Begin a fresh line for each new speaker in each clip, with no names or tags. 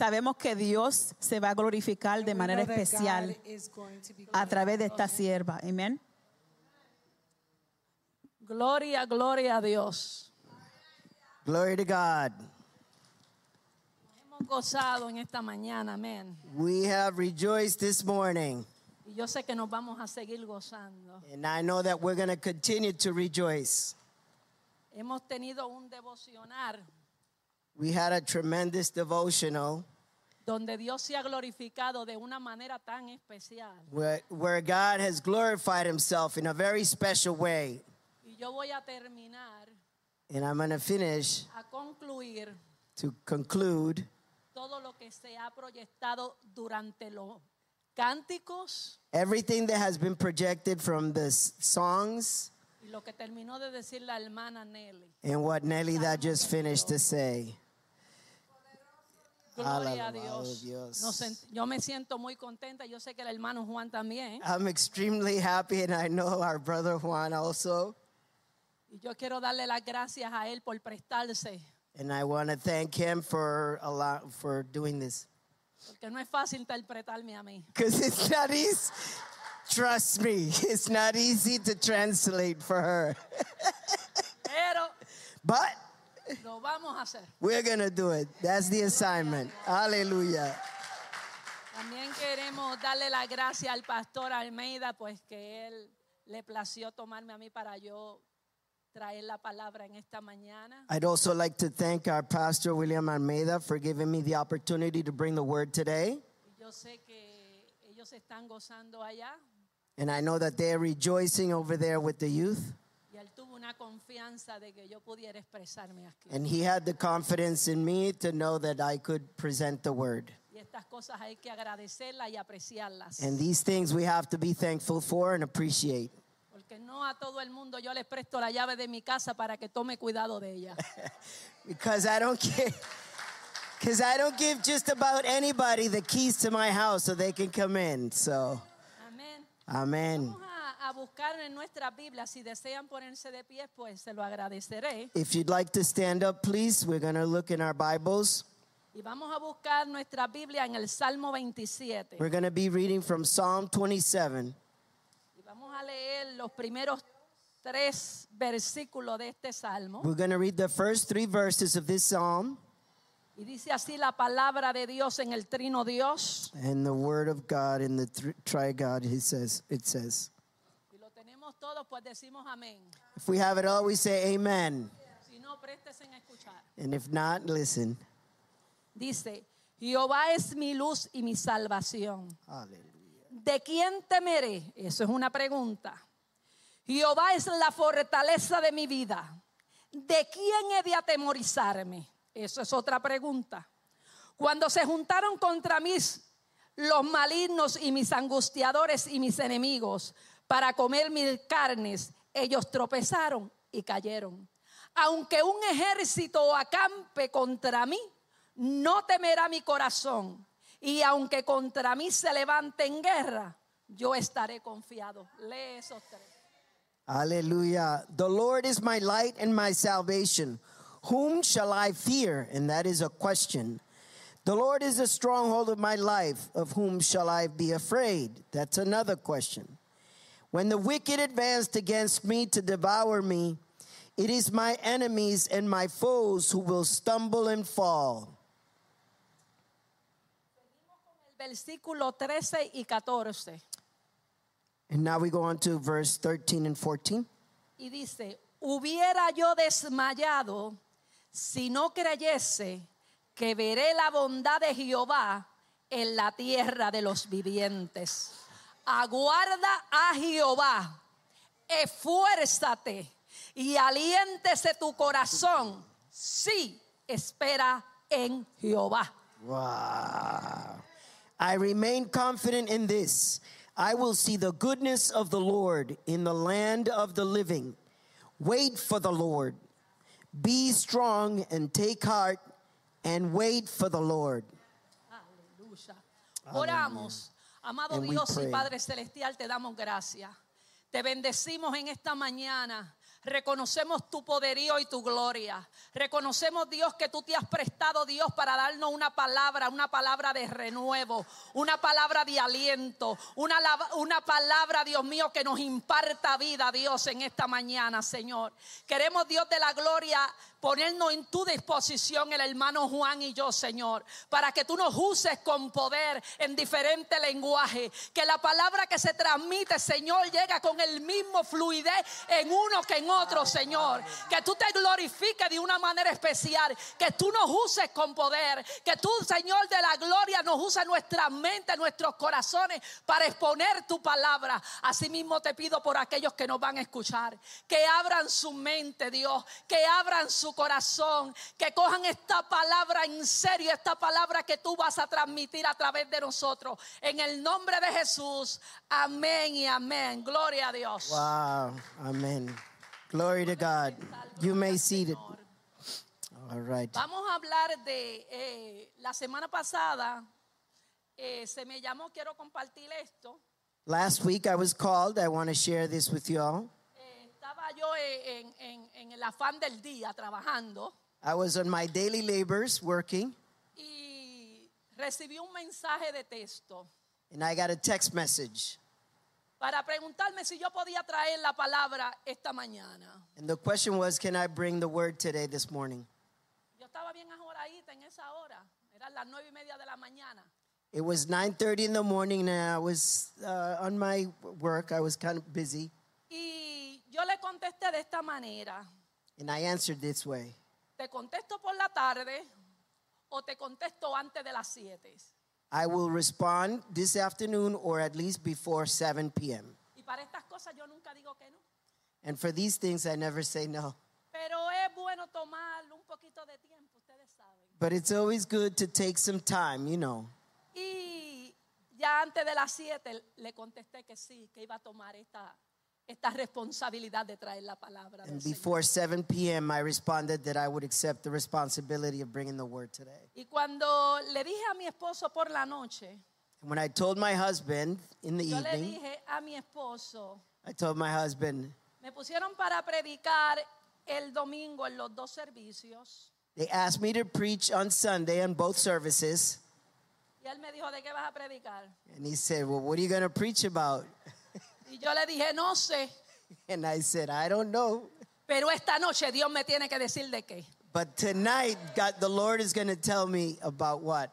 Sabemos que Dios se va a glorificar de
We
manera
know that
especial
God is going to be
a través de esta sierva. Amén.
Gloria, gloria a Dios.
Glory to God.
Hemos gozado en esta mañana, amén.
We have rejoiced this morning,
Y yo sé que nos vamos a seguir gozando.
and I know that we're going to continue to rejoice.
Hemos tenido un devocionar
We had a tremendous devotional
donde Dios se ha glorificado de una manera tan especial.
where, where God has glorified himself in a very special way.
Y yo voy a terminar,
And I'm going to finish
a concluir
to conclude
todo lo que se ha proyectado durante los cánticos
everything that has been projected from the s- songs
y lo que terminó de decir la hermana Nelly.
and what Nelly that just finished to say.
Gloria a
Alabado
Dios.
Dios.
Nos sent- yo me siento muy contenta. Yo sé que el hermano Juan también.
I'm extremely happy, and I know our brother Juan also.
Y yo quiero darle las gracias a él por prestarse,
And I want to thank him for allow, for doing this.
porque no es fácil interpretarme a mí.
Because it's not easy. Trust me, it's not easy to translate for her.
Pero
But
lo vamos a hacer.
we're going to do it. That's the assignment. Hallelujah.
También queremos darle las gracias al pastor Almeida, pues que él le plació tomarme a mí para yo traer la palabra en esta mañana.
I'd also like to thank our pastor, William Almeida, for giving me the opportunity to bring the word today.
Y yo sé que ellos están gozando allá
And I know that they're rejoicing over there with the youth.
y él tuvo una confianza de que yo pudiera expresarme aquí.
And he had the confidence in me to know that I could present the word.
Y estas cosas hay que agradecerlas y apreciarlas.
And these things we have to be thankful for and appreciate.
Porque no a todo el mundo yo les presto la llave de mi casa para que tome cuidado de ella.
Because I don't give, because I don't give just about anybody the keys to my house so they can come in. So,
Amén.
amen.
Vamos a, a buscar en nuestra Biblia. Si desean ponerse de pie, pues se lo agradeceré.
If you'd like to stand up, please, we're going to look in our Bibles.
Y vamos a buscar nuestra Biblia en el Salmo 27.
We're going to be reading from Psalm 27.
Y vamos a leer los primeros tres versículos de este Salmo.
We're going to read the first three verses of this psalm,
Y dice así la palabra de Dios en el trino Dios.
and the word of God in the thr tri God, he says, it says.
Y lo tenemos todos, pues decimos amén.
If we have it all, we say amen.
Si no, préstese en escuchar.
And if not, listen.
Dice, Jehová es mi luz y mi salvación.
Hallelujah.
¿De quién temeré? Eso es una pregunta. Jehová es la fortaleza de mi vida. ¿De quién he de atemorizarme? Eso es otra pregunta. Cuando se juntaron contra mí los malignos y mis angustiadores y mis enemigos para comer mis carnes, ellos tropezaron y cayeron. Aunque un ejército acampe contra mí, no temerá mi corazón. Y aunque contra mí se levante en guerra, yo estaré confiado. Lee esos tres.
Hallelujah. The Lord is my light and my salvation. Whom shall I fear? And that is a question. The Lord is the stronghold of my life. Of whom shall I be afraid? That's another question. When the wicked advanced against me to devour me, it is my enemies and my foes who will stumble and fall.
Versículo 13 y 14.
And now we go on to verse 13 and 14.
Y dice, hubiera yo desmayado si no creyese que veré la bondad de Jehová en la tierra de los vivientes. Aguarda a Jehová, esfuérzate y aliéntese tu corazón. Sí, espera en Jehová.
Wow. I remain confident in this. I will see the goodness of the Lord in the land of the living. Wait for the Lord. Be strong and take heart and wait for the Lord.
Aleluya. Oramos. Amado
And we
Dios y
pray.
Padre Celestial, te damos gracias. Te bendecimos en esta mañana Reconocemos tu poderío y tu gloria. Reconocemos, Dios, que tú te has prestado, Dios, para darnos una palabra, una palabra de renuevo, una palabra de aliento, una, lava- una palabra, Dios mío, que nos imparta vida, Dios, en esta mañana, Señor. Queremos, Dios de la gloria, ponernos en tu disposición, el hermano Juan y yo, Señor, para que tú nos uses con poder en diferente lenguaje. Que la palabra que se transmite, Señor, llega con el mismo fluidez en uno que en otro, Señor. Que tú te glorifiques de una manera especial. Que tú nos uses con poder. Que tú, Señor de la gloria, nos uses nuestra mente, nuestros corazones para exponer tu palabra. Asimismo te pido por aquellos que nos van a escuchar. Que abran su mente, Dios. Que abran su corazón. Que cojan esta palabra en serio. Esta palabra que tú vas a transmitir a través de nosotros. En el nombre de Jesús. Amén y amén. Gloria a Dios.
Wow. Amen. Glory to God. You may seat it. All right.
Vamos a hablar de eh, la semana pasada. eh, se me llamó, quiero compartir esto.
Last week I was called. I want to share this with you all.
Eh, estaba yo eh, en, en- en el afán del día trabajando
I was on my daily labors working,
y recibí un mensaje de texto
and I got a text message.
para preguntarme si yo podía traer la palabra esta mañana.
And the question was, can I bring the word today, this morning?
Yo estaba bien ajoradita en esa hora, eran las nueve y media de la mañana.
It was 9:30 in the morning, and I was uh, on my work. I was kind of busy,
Y yo le contesté de esta manera.
and I answered this way:
¿Te contesto por la tarde o te contesto antes de las 7?
I will respond this afternoon, or at least before 7 p.m.
Y para estas cosas yo nunca digo que no.
And for these things, I never say no.
Pero es bueno tomar un poquito de tiempo, ustedes saben.
But it's always good to take some time, you know.
Y ya antes de las 7 le contesté que sí, que iba a tomar esta, esta responsabilidad de traer la palabra. del
And
Señor.
before 7 p.m., I responded that I would accept the responsibility of bringing the word today.
Y cuando le dije a mi esposo por la noche,
And when I told my husband in the
yo le
evening,
dije a mi esposo,
I told my husband,
me pusieron para predicar el domingo en los dos servicios.
they asked me to preach on Sunday on both services.
Y él me dijo, ¿de qué vas a predicar?
And he said, Well, what are you going to preach about?
Y yo le dije, no sé,
And I said, I don't know.
pero esta noche Dios me tiene que decir de qué.
But tonight, God, the Lord is going to tell me about what.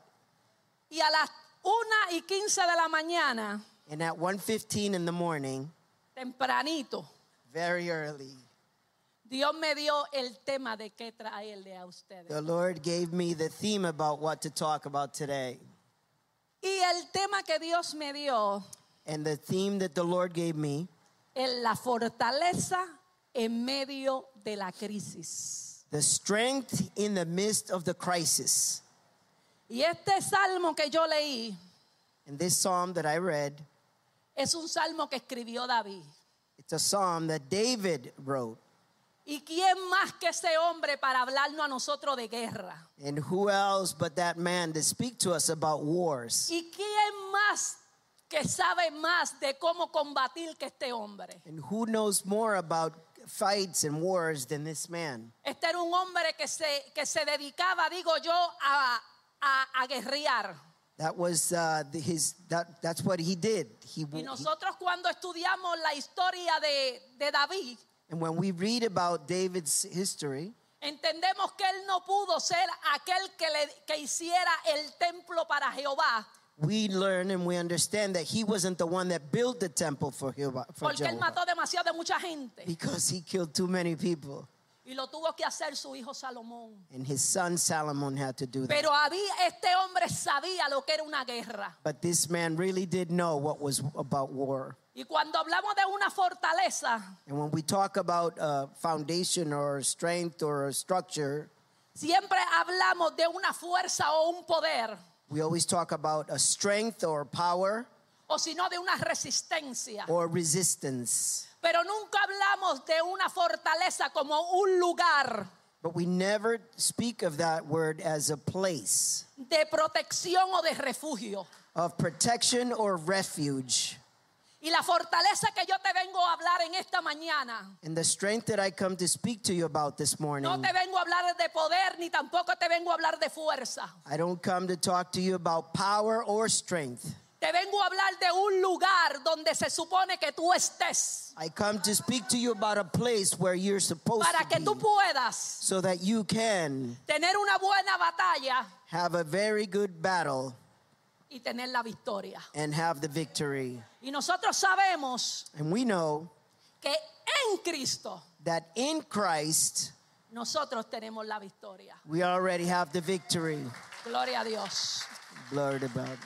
Y a las 1 y 15 de la mañana,
And at 1.15 in the morning,
tempranito,
very early,
Dios me dio el tema de qué traerle a ustedes.
the Lord gave me the theme about what to talk about today.
Y el tema que Dios me dio
And the theme that the Lord gave me
es la fortaleza en medio de la crisis.
The strength in the midst of the crisis.
Y este salmo que yo leí
And this psalm that I read,
es un salmo que escribió David.
it's a psalm that David wrote.
¿Y quién más que ese hombre para hablarnos a nosotros de guerra?
And who else but that man to speak to us about wars?
¿Y quién más que sabe más de cómo combatir que este hombre?
And who knows more about fights and wars than this man?
Este era un hombre que se, que se dedicaba, digo yo, a, a- a guerrear.
That was uh, the- his. That, that's what he did. He,
Y nosotros cuando estudiamos la historia de, de David,
and when we read about David's history,
entendemos que él no pudo ser aquel que, le- que hiciera el templo para Jehová,
we learn and we understand that he wasn't the one that built the temple for, Jehovah, for
porque él
Jehovah
mató demasiado de mucha gente.
because he killed too many people.
Y lo tuvo que hacer su hijo Salomón.
And his son Solomon had to do that.
Pero había, este hombre sabía lo que era una guerra.
But this man really did know what was about war.
Y cuando hablamos de una fortaleza,
And when we talk about uh, foundation or strength or structure,
siempre hablamos de una fuerza o un poder,
we always talk about a strength or power
o si no de una resistencia.
or resistance.
Pero nunca hablamos de una fortaleza como un lugar
But we never speak of that word as a place
de protección o de refugio.
of protection or refuge.
Y la fortaleza que yo te vengo a hablar en esta mañana,
And the strength that I come to speak to you about this morning,
no te vengo a hablar de poder ni tampoco te vengo a hablar de fuerza.
I don't come to talk to you about power or strength.
Te vengo a hablar de un lugar donde se supone que tú estés
I come to speak to you about a place where you're supposed
para
to
que
be
tú puedas
so that you can
tener una buena batalla
have a very good battle
y tener la victoria.
and have the victory.
Y nosotros sabemos
And we know
que en Cristo
that in Christ,
nosotros tenemos la victoria.
we already have the victory.
Gloria a Dios.
Blurred about.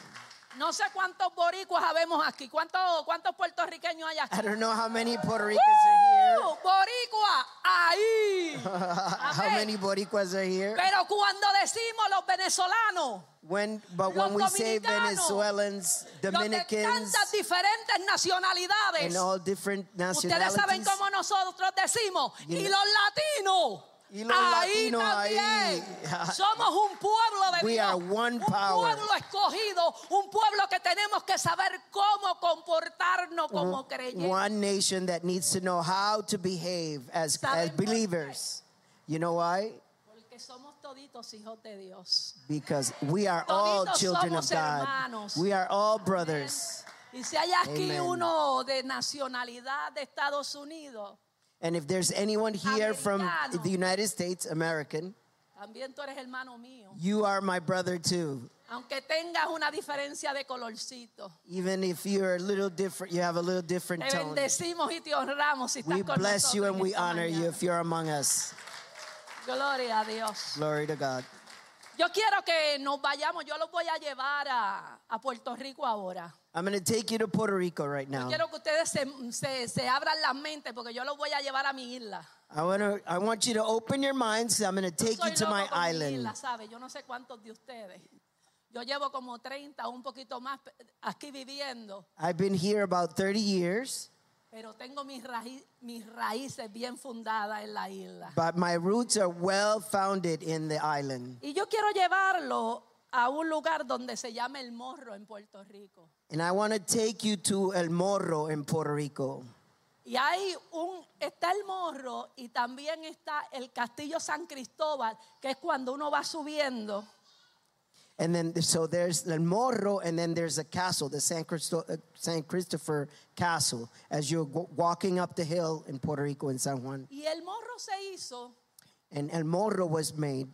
No sé cuántos boricuas habemos aquí. ¿Cuántos, cuántos puertorriqueños hay aquí?
I don't know how many Puerto Ricans are here.
¡Uh! Boricua, ahí.
How
Amén.
many Boricuas are here?
Pero cuando decimos los venezolanos,
When,
Los
but when we say
dominicanos.
Venezuelans,
los de
Dominicans,
tantas diferentes nacionalidades,
and all different
ustedes saben
nationalities,
cómo nosotros decimos,
You
y
know-
los latinos.
Y los
ahí
latinos
también.
ahí.
Somos un pueblo de
We
Dios.
are one
un
power.
pueblo escogido. Un pueblo que tenemos que saber cómo comportarnos
Uh-huh.
como creyentes.
one nation that needs to know how to behave as, as
¿Saben por qué?
believers. You know why?
Porque somos toditos hijos de Dios.
Because we are all
Toditos
children of
somos
God.
hermanos.
We are all brothers.
Y si hay aquí
Amen.
uno de nacionalidad de Estados Unidos,
And if there's anyone here from
Americano.
the United States, American,
también tú eres hermano mío.
you are my brother too.
Aunque tengas una diferencia de colorcito.
Even if you're a little different, you have a little different
Te
tone.
bendecimos y te honramos si estás
We
con
bless you
nosotros
and
en
we
esta
honor you
mañana.
if you're among us.
Gloria a Dios.
Glory to God.
Yo quiero que nos vayamos. Yo los voy a llevar a, a Puerto Rico ahora.
I'm going to take you to Puerto Rico right
Yo
now.
quiero que ustedes se, se- se abran las mentes porque yo los voy a llevar a mi isla.
I want to I want you to open your minds. I'm going to take
Soy
you to
loca
my
con mi
island.
isla, ¿sabe? Yo no sé cuántos de ustedes. Yo llevo como 30 o un poquito más pe- aquí viviendo,
I've been here about 30 years,
pero tengo mis, raí- mis raíces bien fundadas en la isla.
but my roots are well founded in the island.
Y yo quiero llevarlo a un lugar donde se llama El Morro en Puerto Rico.
And I want to take you to El Morro in Puerto Rico.
Y hay un, está el morro y también está el castillo San Cristóbal, que es cuando uno va subiendo.
And then, so there's El Morro, and then there's a castle, the San, Cristo- uh, San Christopher Castle, as you're w- walking up the hill in Puerto Rico in San Juan.
Y el morro se hizo,
And El Morro was made.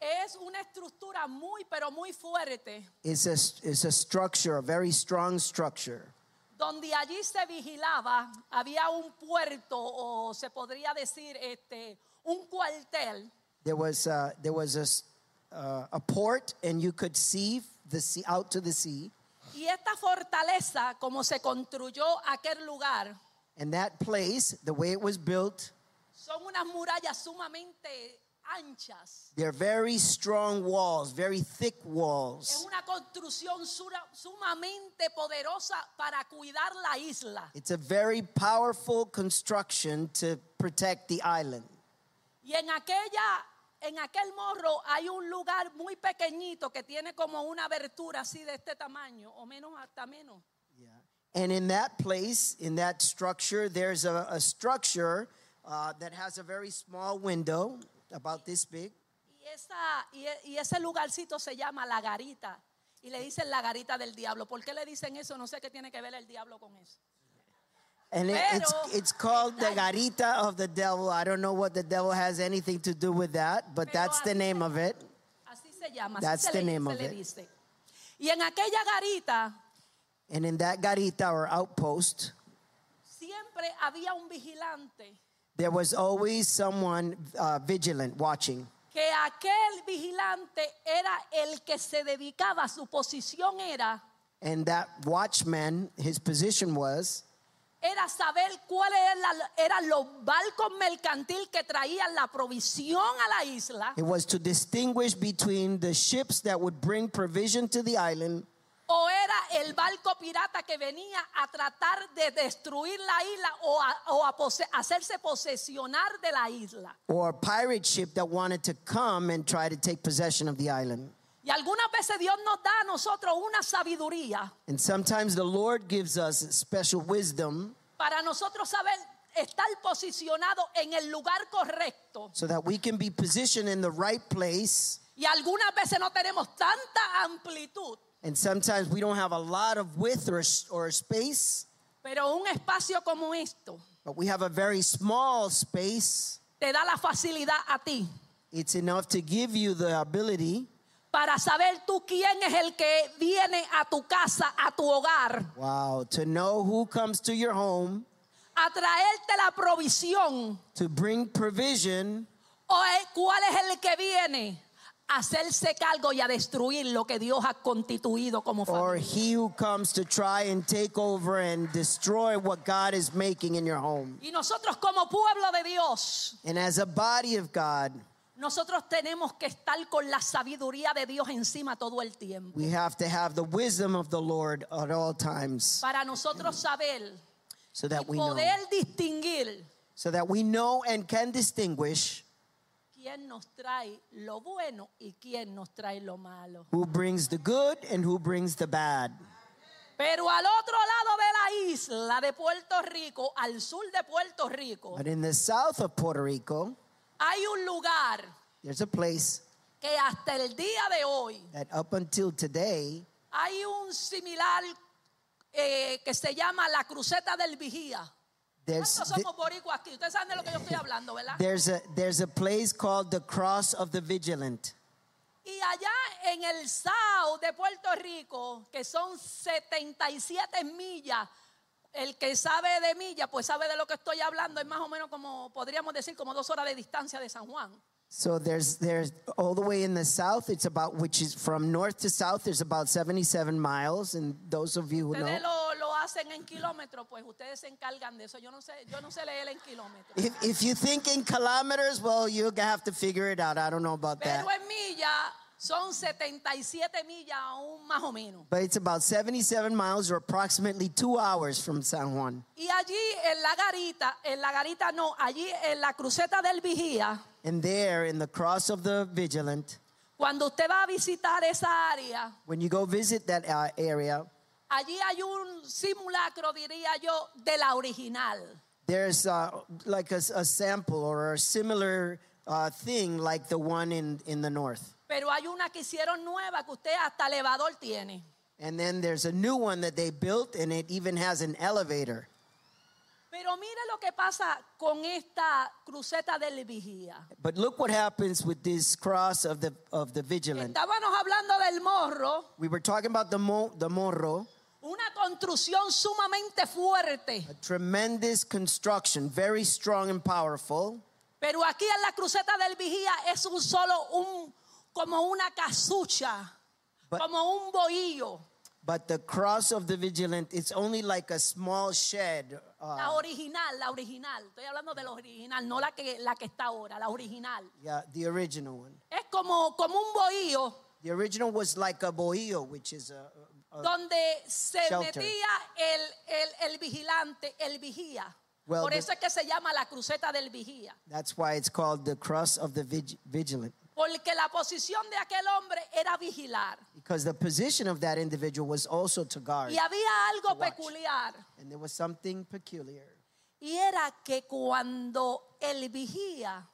es una estructura muy, pero muy fuerte,
It's a, it's a structure, a very strong structure.
donde allí se vigilaba, había un puerto o se podría decir este, un cuartel
There was a, there was a, s- uh, a port, and you could see the sea out to the sea.
y esta fortaleza, como se construyó aquel lugar,
And that place, the way it was built,
son unas murallas sumamente anchas.
they're very strong walls, very thick
Es
walls.
una construcción sura- sumamente poderosa para cuidar la isla.
It's a very powerful construction to protect the island.
Y en aquella, en aquel morro hay un lugar muy pequeñito que tiene como una abertura así de este tamaño, o menos hasta menos.
And in that place, in that structure, there's a, a structure uh, that has a very small window, about this big.
Y, esa, y, e- y ese lugarcito se llama La Garita. Y le dicen La Garita del Diablo. ¿Por qué le dicen eso? No sé qué tiene que ver el diablo con eso.
And it- it's,
Pero-
it's called the Garita of the Devil. I don't know what the devil has anything to do with that, but
Pero
that's the
así
name
se-
of it.
Así se llama.
That's
así se
the
le,
name
se
of
le
it.
dice. Y en aquella garita
And in that Garita or outpost,
siempre había un vigilante.
there was always someone uh, vigilant watching.
que aquel vigilante era el que se dedicaba, su posición era,
And that watchman, his position was
era saber cuáles eran, la- eran los barcos mercantil que traían la provisión a la isla
it was to distinguish between the ships that would bring provision to the island
o era el barco pirata que venía a tratar de destruir la isla o, a- o a pose- hacerse posesionar de la isla.
or a pirate ship that wanted to come and try to take possession of the island.
Y algunas veces Dios nos da a nosotros una sabiduría
And sometimes the Lord gives us special wisdom
para nosotros saber estar posicionado en el lugar correcto.
so that we can be positioned in the right place.
Y algunas veces no tenemos tanta amplitud,
And sometimes we don't have a lot of width or, or space,
pero un espacio como esto
but we have a very small space.
te da la facilidad a ti
It's enough to give you the ability.
para saber tú quién es el que viene a tu casa, a tu hogar,
Wow, to know who comes to your home,
a traerte la provisión
to bring provision,
o es- cuál es el que viene a hacerse cargo y a destruir lo que Dios ha constituido como
or
familia.
he who comes to try and take over and destroy what God is making in your home.
Y nosotros como pueblo de Dios,
And as a body of God,
nosotros tenemos que estar con la sabiduría de Dios encima todo el tiempo.
we have to have the wisdom of the Lord at all times
Para nosotros saber
so
y
that we know.
poder distinguir
So that we know and can distinguish
quién nos trae lo bueno y quién nos trae lo malo.
who brings the good and who brings the bad.
Pero al otro lado de la isla de Puerto Rico, al sur de Puerto Rico,
But in the south of Puerto Rico,
hay un lugar
there's a place
que hasta el día de hoy
that up until today,
hay un similar eh, que se llama la cruceta del vigía.
there's,
¿Cuántos
th-
somos boricuas aquí? Ustedes saben de lo que yo estoy hablando, ¿verdad?
there's, a, there's a place called the Cross of the Vigilant.
Y allá en el Sao de Puerto Rico, que son 77 millas, el que sabe de millas, pues sabe de lo que estoy hablando, es más o menos como, podríamos decir, como dos horas de distancia de San Juan.
So there's, there's all the way in the south, it's about, which is from north to south, there's about 77 miles. And those of you who know,
Ustedes lo, lo hacen en kilómetros, pues ustedes se encargan de eso. Yo no sé, yo no sé leer en kilómetros.
if, if you think in kilometers, well, you have to figure it out. I don't know about that.
Pero en millas son 77 millas aún más o menos.
But it's about 77 miles or approximately two hours from San Juan.
Y allí en la garita, en la garita no, allí en la cruceta del vigía,
And there in the Cross of the Vigilant,
cuando usted va a visitar esa área,
when you go visit that uh, area,
allí hay un simulacro, diría yo, de la original.
there's uh, like a, a sample or a similar uh, thing like the one in, in the north.
Pero hay una que hicieron nueva que usted hasta elevador tiene.
And then there's a new one that they built, and it even has an elevator.
Pero mire lo que pasa con esta cruceta del vigía.
But look what happens with this cross of the, of the vigilant.
Estábamos hablando del morro,
We were talking about the, mo- the morro,
una construcción sumamente fuerte.
a tremendous construction, very strong and powerful.
Pero aquí en la cruceta del vigía es un solo, un, como una casucha,
But-
como un bohío.
But the cross of the vigilant, it's only like a small shed. Uh,
La original, la original. Estoy hablando de la original, no la que, la que está ahora, la original.
yeah, the original one.
Es como, como un bohío
The original was like a bohio, which is a, a, a
donde se
Ah. Shelter.
metía el, el- el vigilante, el vigía.
Well,
Por
the-
eso es que se llama la cruceta del vigía.
that's why it's called the cross of the vig- vigilant,
Porque la posición de aquel hombre era vigilar.
because the position of that individual was also to guard,
Y había algo
watch.
peculiar.
and there was something peculiar.
Y era que cuando el vigía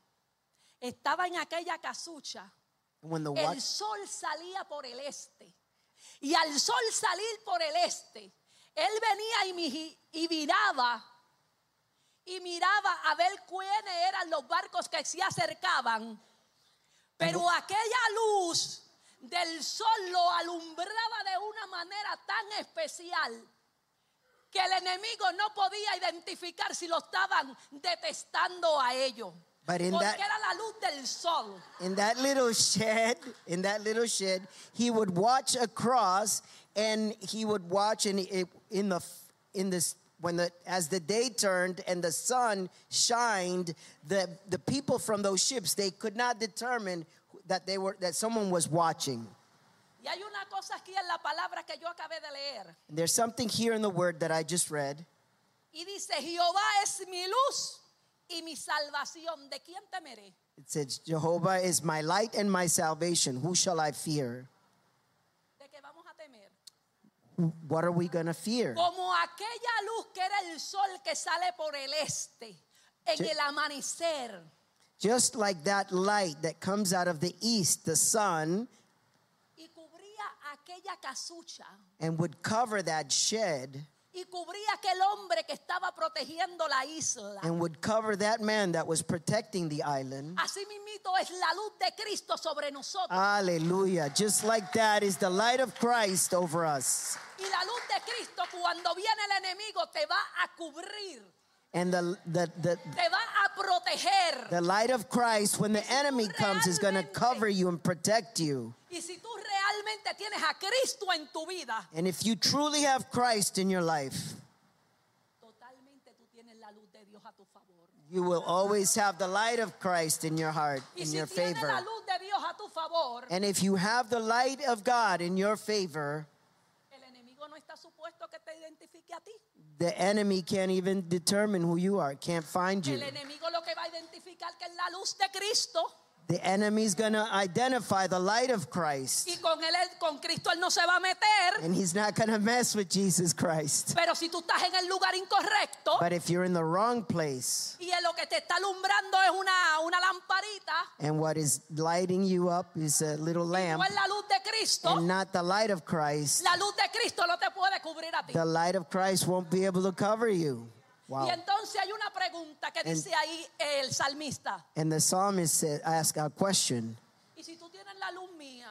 estaba en aquella casucha,
When the watch,
el sol salía por el este. Y al sol salir por el este, él venía y, mi- y miraba, y miraba a ver quiénes eran los barcos que se acercaban. Pero aquella luz del sol lo alumbraba de una manera tan especial que el enemigo no podía identificar si lo estaban detestando a ellos.
But
Porque
in that-
era la luz del sol.
in that little shed, in that little shed, he would watch a cross, and he would watch, and it, in the f- in this when the as the day turned and the sun shined, the the people from those ships they could not determine that they were that someone was watching.
Y hay una cosa aquí en la palabra que yo acabé de leer.
And there's something here in the word that I just read.
Y dice, Jehová es mi luz y mi salvación. ¿De quién temeré?
It says, "Jehovah is my light and my salvation; who shall I fear?"
temer?
What are we going to fear?
Como aquella luz que era el sol que sale por el este en el amanecer.
Just like that light that comes out of the east, the sun,
y cubría aquella casucha
and would cover that shed
y cubría aquel hombre que estaba protegiendo la isla.
and would cover that man that was protecting the island.
Así mismito es la luz de Cristo sobre
Ah.
nosotros
Hallelujah. Just like that is the light of Christ over us.
y la luz de Cristo cuando viene el enemigo te va a cubrir,
And the, the, the,
te va a proteger.
the light of Christ, when the enemy comes, is going to cover you and protect you.
Y si tú realmente tienes a Cristo en tu vida,
And if you truly have Christ in your life,
totalmente tú tienes la luz de Dios a tu favor.
you will always have the light of Christ in your heart,
Y
in
si
your
tienes la
favor.
luz de Dios a tu favor,
And if you have the light of God in your favor,
el enemigo no está supuesto que te identifique a ti.
the enemy can't even determine who you are, can't find you.
El enemigo lo que va a identificar que es la luz de Cristo
The enemy's gonna identify the light
y
of Christ,
con él él- con Cristo él no se va a meter.
and he's not gonna mess with Jesus Christ.
Pero si tú estás en el lugar incorrecto
But if you're in the wrong place,
y en lo que te está alumbrando es una, una lamparita,
and what is lighting you up is a little
no
lamp
es la luz de Cristo,
and not the light of Christ,
la luz de Cristo no te puede cubrir a ti.
the light of Christ won't be able to cover you.
Y
Wow.
entonces hay una pregunta que dice ahí el salmista.
And the psalmist said, ask a question,
Y si tú tienes la luz mía,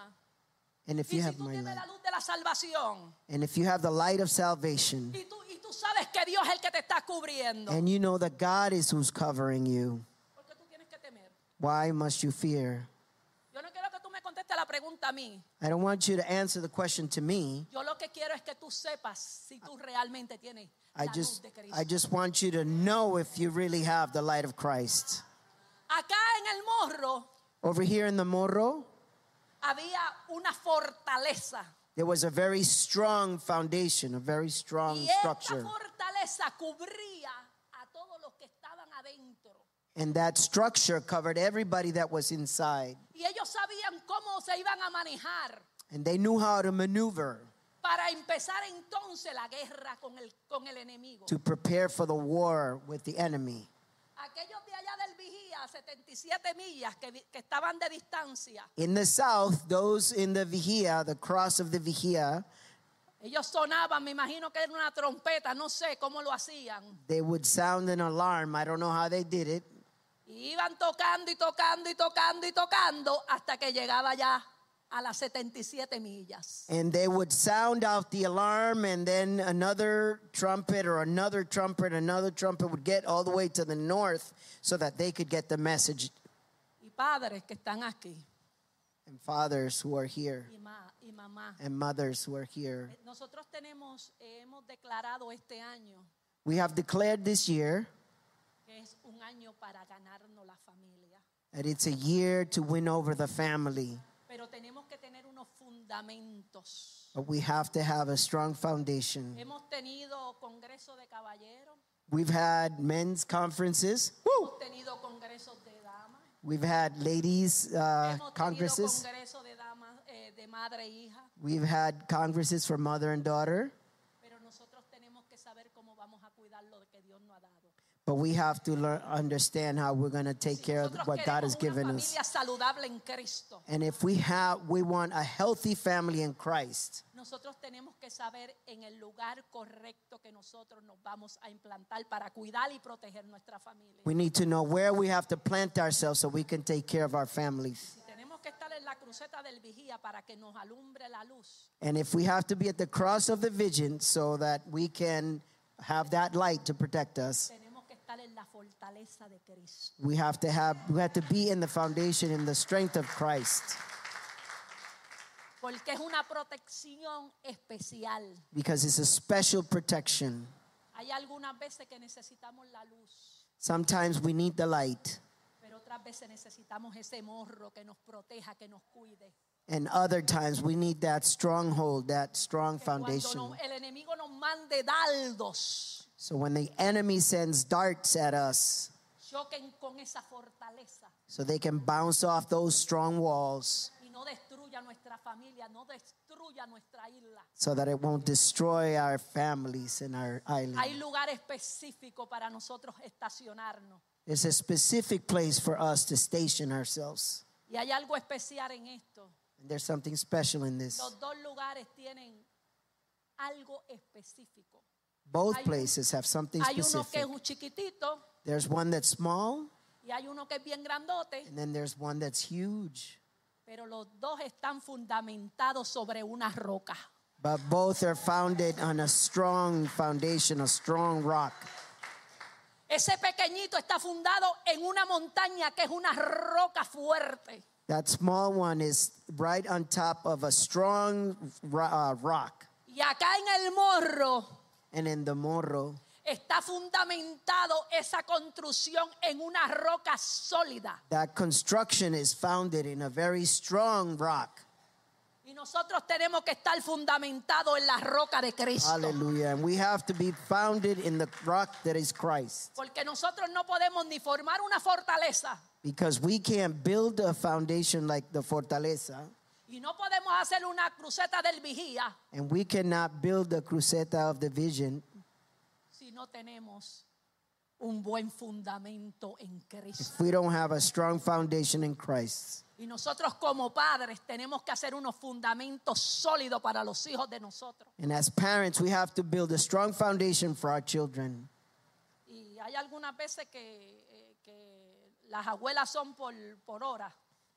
and if
y
you
si
have
tú
my
tienes
light,
la luz de la salvación,
and if you have the light of salvation,
y tú, y tú sabes que Dios es el que te está cubriendo,
and you know that God is who's covering you,
¿por qué tú tienes que temer?
why must you fear?
Yo no quiero que tú me contestes la pregunta a mí.
I don't want you to answer the question to me.
Yo lo que quiero es que tú sepas si tú realmente tienes la
I
luz
just
de
I
Cristo.
just want you to know if you really have the light of Christ.
Acá en el morro
Over here in the Morro,
había una fortaleza.
there was a very strong foundation, a very strong
Y esta
structure.
fortaleza cubría a todos los que estaban adentro.
And that structure covered everybody that was inside.
Y ellos sabían cómo se iban a manejar
And they knew how to maneuver
para empezar entonces la guerra con el, con el enemigo.
to prepare for the war with the enemy.
Aquellos de allá del vigía, 77 millas que, vi- que estaban de distancia,
In the south, those in the Vihia, the cross of the Vihia,
ellos sonaban, me imagino que era una trompeta, no sé cómo lo hacían.
they would sound an alarm. I don't know how they did it.
Y iban tocando y tocando y tocando y tocando hasta que llegaba ya a las 77 millas.
And they would sound out the alarm, and then another trumpet or another trumpet, another trumpet would get all the way to the north so that they could get the message.
Y padres que están aquí,
And fathers who are here,
y, ma- y mamá.
and mothers who are here.
Nosotros tenemos, eh, hemos declarado este año
We have declared this year
que es un año para ganarnos la familia.
that it's a year to win over the family,
Pero tenemos que tener unos fundamentos.
but we have to have a strong foundation.
Hemos tenido congreso de caballeros,
We've had men's conferences,
hemos tenido congresos de damas,
we've had ladies' uh,
hemos
congresses,
tenido congresos de damas eh, de madre e hija,
we've had congresses for mother and daughter.
pero nosotros tenemos que saber cómo vamos a cuidar lo que Dios nos ha dado.
But we have to learn, understand how we're going to take care of
Nosotros
what God has
queremos una
given us.
familia saludable en Cristo.
And if we have, we want a healthy family in Christ.
Nosotros tenemos que saber en el lugar correcto que nosotros nos vamos a implantar para cuidar y proteger nuestra familia.
We need to know where we have to plant ourselves so we can take care of our families.
Si tenemos que estar en la cruceta del vigía para que nos alumbre la luz,
And if we have to be at the cross of the vision so that we can have that light to protect us,
tenemos que estar en la fortaleza de Cristo.
we have to have, we have to be in the foundation in the strength of Christ
Porque es una protección especial.
because it's a special protection.
Hay algunas veces que necesitamos la luz,
Sometimes we need the light.
pero otras veces necesitamos ese morro que nos proteja, que nos cuide.
And other times we need that stronghold, that strong
Que cuando
foundation.
no- el enemigo nos mande dardos,
So when the enemy sends darts at us,
choquen con esa fortaleza.
so they can bounce off those strong walls
y no destruya nuestra familia, no destruya nuestra isla.
so that it won't destroy our families and our
Hay
island.
lugar específico para nosotros estacionarnos.
It's a specific place for us to station ourselves.
Y hay algo especial en esto.
And there's something special in this.
Los dos lugares tienen algo específico.
Both
hay-
places have something
Hay uno que
specific.
es un chiquitito
There's one that's small,
y hay uno que es bien grandote,
and then there's one that's huge.
pero los dos están fundamentados sobre una roca.
But both are founded on a strong foundation, a strong rock.
Ese pequeñito está fundado en una montaña que es una roca fuerte.
That small one is right on top of a strong ro- uh, rock.
Y acá en el morro
And in the morro,
está fundamentado esa construcción en una roca sólida.
that construction is founded in a very strong rock.
Y nosotros tenemos que estar fundamentados en la roca de Cristo.
Hallelujah. And we have to be founded in the rock that is Christ.
Porque nosotros no podemos ni formar una fortaleza
Because we can't build a foundation like the Fortaleza,
y no podemos hacer una cruceta del vigía
and we cannot build the cruceta of the vision
si no tenemos un buen fundamento en Cristo.
if we don't have a strong foundation in Christ.
Y nosotros como padres tenemos que hacer unos fundamentos sólidos para los hijos de nosotros.
And as parents, we have to build a strong foundation for our children.
Y hay algunas veces que, eh, que las abuelas son por, por hora.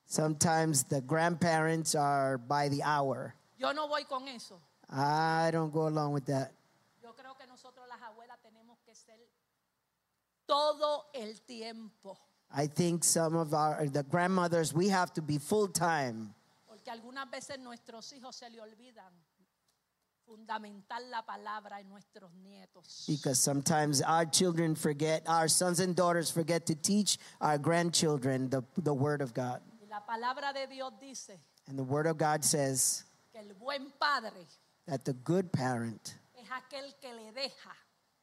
Sometimes the grandparents are by the hour.
Yo no voy con eso.
I don't go along with that.
Yo creo que nosotros las abuelas tenemos que ser todo el tiempo.
I think some of our the grandmothers we have to be full time
Porque algunas veces nuestros hijos se le olvidan fundamentar la palabra en nuestros nietos.
because sometimes our children forget, our sons and daughters forget to teach our grandchildren the, the word of God.
Y la palabra de Dios dice
And the word of God says
que el buen padre
that the good parent
es aquel que le deja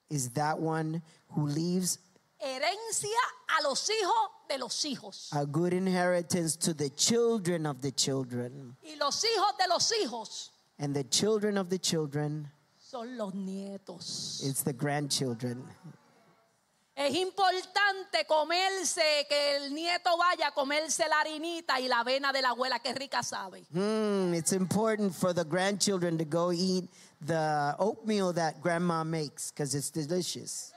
is that one who leaves
herencia a los hijos de los hijos.
a good inheritance to the children of the children.
Y los hijos de los hijos
And the children of the children
son los nietos.
is the grandchildren.
Es importante comerse, que el nieto vaya a comerse la harinita y la avena de la abuela, que rica sabe.
Mm, it's important for the grandchildren to go eat the oatmeal that grandma makes because it's delicious.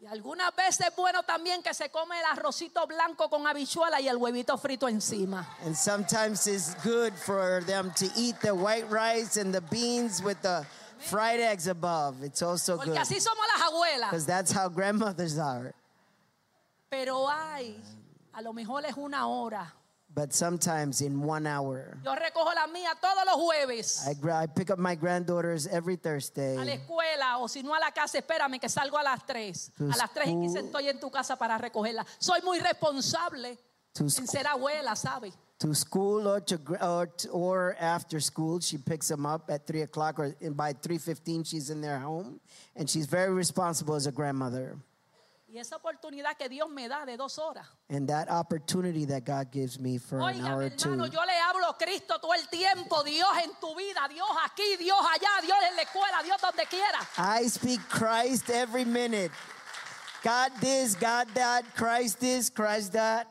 Y algunas veces es bueno también que se come el arrocito blanco con habichuela y el huevito frito encima.
And sometimes it's good for them to eat the white rice and the beans with the fried eggs above. It's also
Porque
Oh, good
así somos las abuelas.
because that's how grandmothers are.
Pero hay, a lo mejor es una hora.
But sometimes in one hour,
Yo recojo la mía todos los jueves
I, gra- I pick up my granddaughters every Thursday.
a la escuela o si no a la casa, espérame que salgo a las 3.
To
A las 3 y 15
school.
estoy en tu casa para recogerla. Soy muy responsable
To
en
school.
ser abuela, ¿sabes?
to school or to gr- or, t- or after school. She picks them up at three o'clock, or and by three fifteen, she's in their home, and she's very responsible as a grandmother.
Y esa oportunidad que Dios me da de dos horas.
And that opportunity that God gives me for an
Oiga,
hour or two,
hermano, yo le hablo a Cristo todo el tiempo, Dios en tu vida, Dios aquí, Dios allá, Dios en la escuela, Dios donde quiera.
I speak Christ every minute. God this, God that, Christ this, Christ that.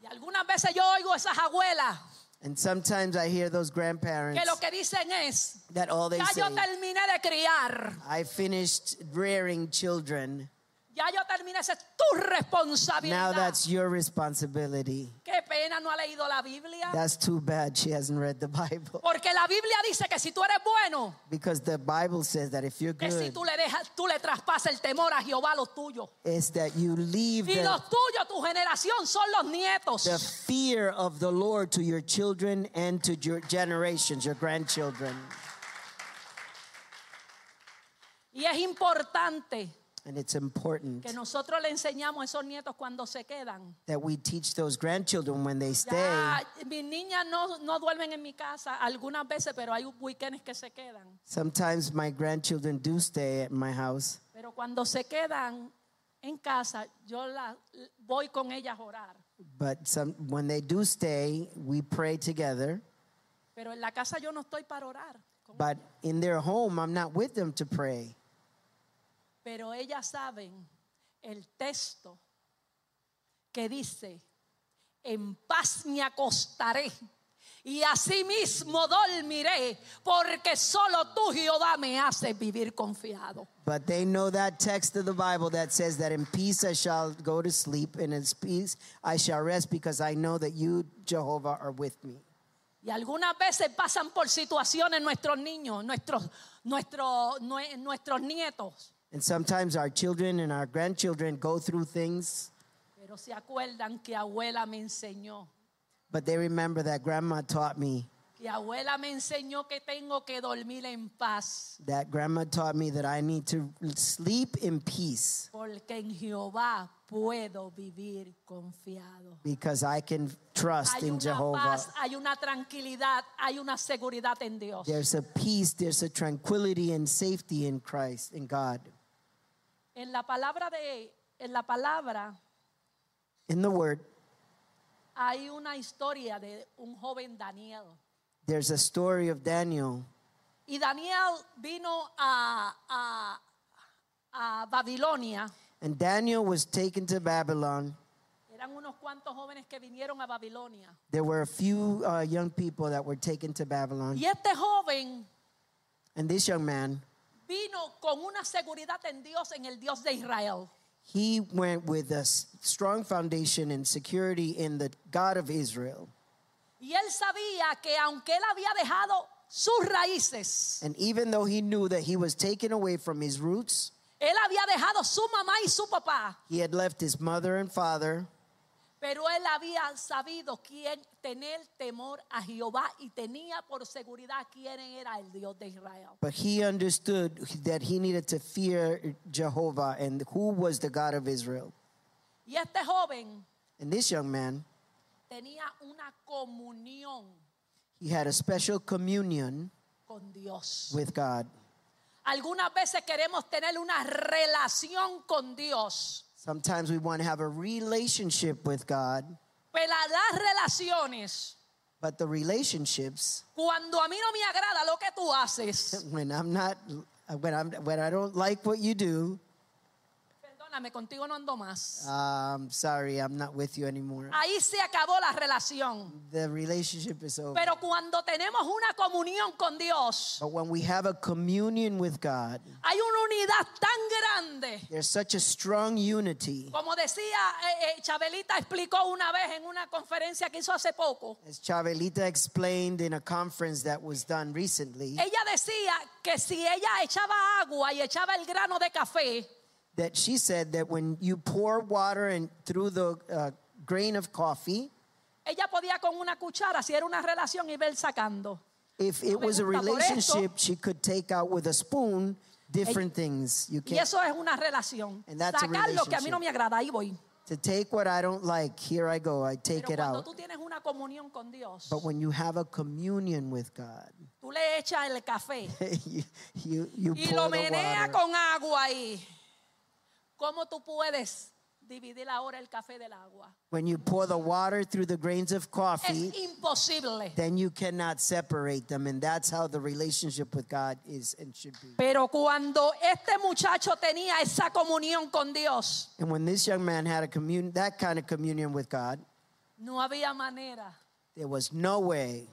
Y algunas veces yo oigo esas abuelas
And sometimes I hear those grandparents
que lo que dicen es,
that all they
ya
say,
yo terminé de criar,
I finished rearing children.
ya yo terminé, esa es tu
Now
responsabilidad.
that's your responsibility.
Qué pena, no ha leído la Biblia.
That's too bad she hasn't read the Bible.
Porque la Biblia dice que si tú eres bueno,
Because the Bible says that if you're
que si
good,
tú le dejas, tú le traspasas el temor a Jehová, los tuyos.
it's that you leave
Y
the,
los tuyos, tu generación, son los nietos.
the fear of the Lord to your children and to your generations, your grandchildren.
Y es importante
And it's important
que nosotros le enseñamos a esos nietos cuando se quedan.
that we teach those grandchildren when they stay.
Ya, mis niñas no, no duermen en mi casa algunas veces, pero hay weekends que se quedan.
Sometimes my grandchildren do stay at my house,
Pero cuando se quedan en casa, yo la, voy con ellas a orar.
but some, when they do stay, we pray together.
Pero en la casa yo no estoy para orar.
But in their home, I'm not with them to pray.
Pero ellas saben el texto que dice, en paz me acostaré y asimismo dormiré, porque solo tú Jehová me haces vivir confiado.
But they know that text of the Bible that says that in peace I shall go to sleep, and in peace I shall rest, because I know that you, Jehovah, are with me.
Y algunas veces pasan por situaciones nuestros niños, nuestros, nuestros, nue- nuestros nietos,
And sometimes our children and our grandchildren go through things,
pero se acuerdan que abuela me enseñó,
but they remember that grandma taught me,
que abuela me enseñó que tengo que dormir en paz,
that grandma taught me that I need to sleep in peace
porque en Jehová puedo vivir confiado.
because I can trust
Hay
in
una
Jehovah.
paz, hay una tranquilidad, hay una seguridad en Dios.
There's a peace, there's a tranquility and safety in Christ, in God.
En la palabra de, en la palabra
In the Word,
hay una historia de un joven Daniel.
there's a story of Daniel.
Y Daniel vino a, a- a Babilonia.
And Daniel was taken to Babylon.
Eran unos cuantos jóvenes que vinieron a Babilonia.
There were a few uh, young people that were taken to Babylon.
Y este joven
And this young man,
vino con una seguridad en Dios, en el Dios de Israel.
he went with a s- strong foundation and security in the God of Israel.
Y él sabía que aunque él había dejado sus raíces,
And even though he knew that he was taken away from his roots,
él había dejado su mamá y su papá,
he had left his mother and father,
Pero él había sabido quién tener temor a Jehová y tenía por seguridad quién era el Dios de Israel.
but he understood that he needed to fear Jehovah and who was the God of Israel.
Y este joven
And this young man,
tenía una comunión
he had a special communion
con Dios.
with God.
Algunas veces queremos tener una relación con Dios,
Sometimes we want to have a relationship with God,
pero las relaciones,
but the relationships
cuando a mí no me agrada lo que tú haces,
when I'm not when I'm when I don't like what you do,
perdóname, contigo no ando más.
um sorry, I'm not with you anymore.
Ahí se acabó la relación.
The relationship is over.
Pero cuando tenemos una comunión con Dios,
But when we have a communion with God,
Hay una unidad tan grande.
there's such a strong unity.
Como decía eh, eh, Chabelita, explicó una vez en una conferencia que hizo hace poco.
As Chavelita explained in a conference that was done recently,
Ella decía que si ella echaba agua y echaba el grano de café,
that she said that when you pour water and through the uh, grain of coffee,
ella podía con una cuchara, si era una relación, y ver sacando.
If it
me
was
gusta
a
por esto.
relationship, she could take out with a spoon different things. You
Y
can't
eso es una relación.
And that's a
Sacar lo que a mí no
relationship.
me agrada, ahí voy.
to take what I don't like. Here I go. I take
Pero
it
cuando
out.
tú tienes una comunión con Dios,
But when you have a communion with God,
tú le echas el café
you you, you
y
pour
lo
the
menea
water.
con agua ahí. ¿Cómo tú puedes dividir ahora el café del agua?
When you pour the water through the grains of coffee,
Es imposible.
then you cannot separate them, and that's how the relationship with God is and should be.
Pero cuando este muchacho tenía esa comunión con Dios,
And when this young man had a commun- that kind of communion with God,
no había manera
there was no way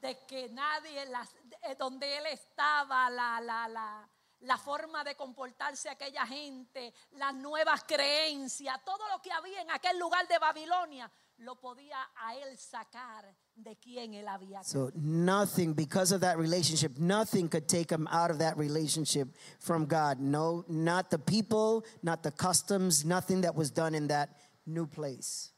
de que nadie, las- eh, donde él estaba, la, la, la, la forma de comportarse aquella gente, las nuevas creencias, todo lo que había en aquel lugar de Babilonia, lo podía a él sacar de quien él había creído.
So nothing, because of that relationship, nothing could take him out of that relationship from God. No, not the people, not the customs, nothing that was done in that new place.